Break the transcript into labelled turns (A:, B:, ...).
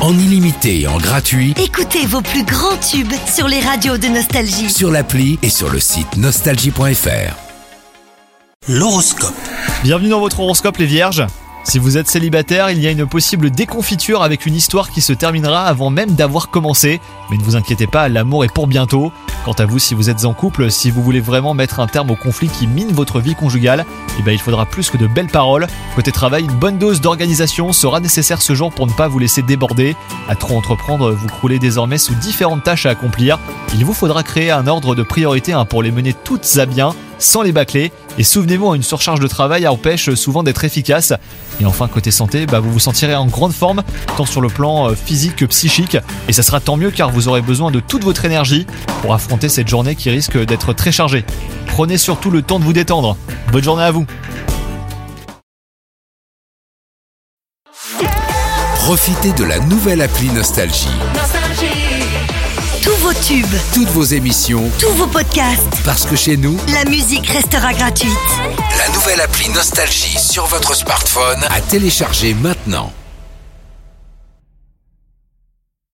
A: en illimité et en gratuit
B: Écoutez vos plus grands tubes sur les radios de Nostalgie.
A: sur l'appli et sur le site nostalgie.fr. L'horoscope.
C: Bienvenue dans votre horoscope les vierges. Si vous êtes célibataire, il y a une possible déconfiture avec une histoire qui se terminera avant même d'avoir commencé. Mais ne vous inquiétez pas, l'amour est pour bientôt. Quant à vous, si vous êtes en couple, si vous voulez vraiment mettre un terme au conflit qui mine votre vie conjugale, eh ben, il faudra plus que de belles paroles. Côté travail, une bonne dose d'organisation sera nécessaire ce jour pour ne pas vous laisser déborder. À trop entreprendre, vous croulez désormais sous différentes tâches à accomplir. Il vous faudra créer un ordre de priorité hein, pour les mener toutes à bien, sans les bâcler. Et souvenez-vous, hein, une surcharge de travail empêche souvent d'être efficace. Et enfin, côté santé, bah, vous vous sentirez en grande forme, tant sur le plan euh, physique que psychique. Et ça sera tant mieux car vous aurez besoin de toute votre énergie pour affronter cette journée qui risque d'être très chargée. Prenez surtout le temps de vous détendre. Bonne journée à vous
A: Profitez de la nouvelle appli Nostalgie.
B: Tous vos tubes,
A: Toutes vos émissions,
B: tous vos podcasts,
A: parce que chez nous,
B: la musique restera gratuite.
A: la nouvelle appli Nostalgie sur votre smartphone à télécharger maintenant.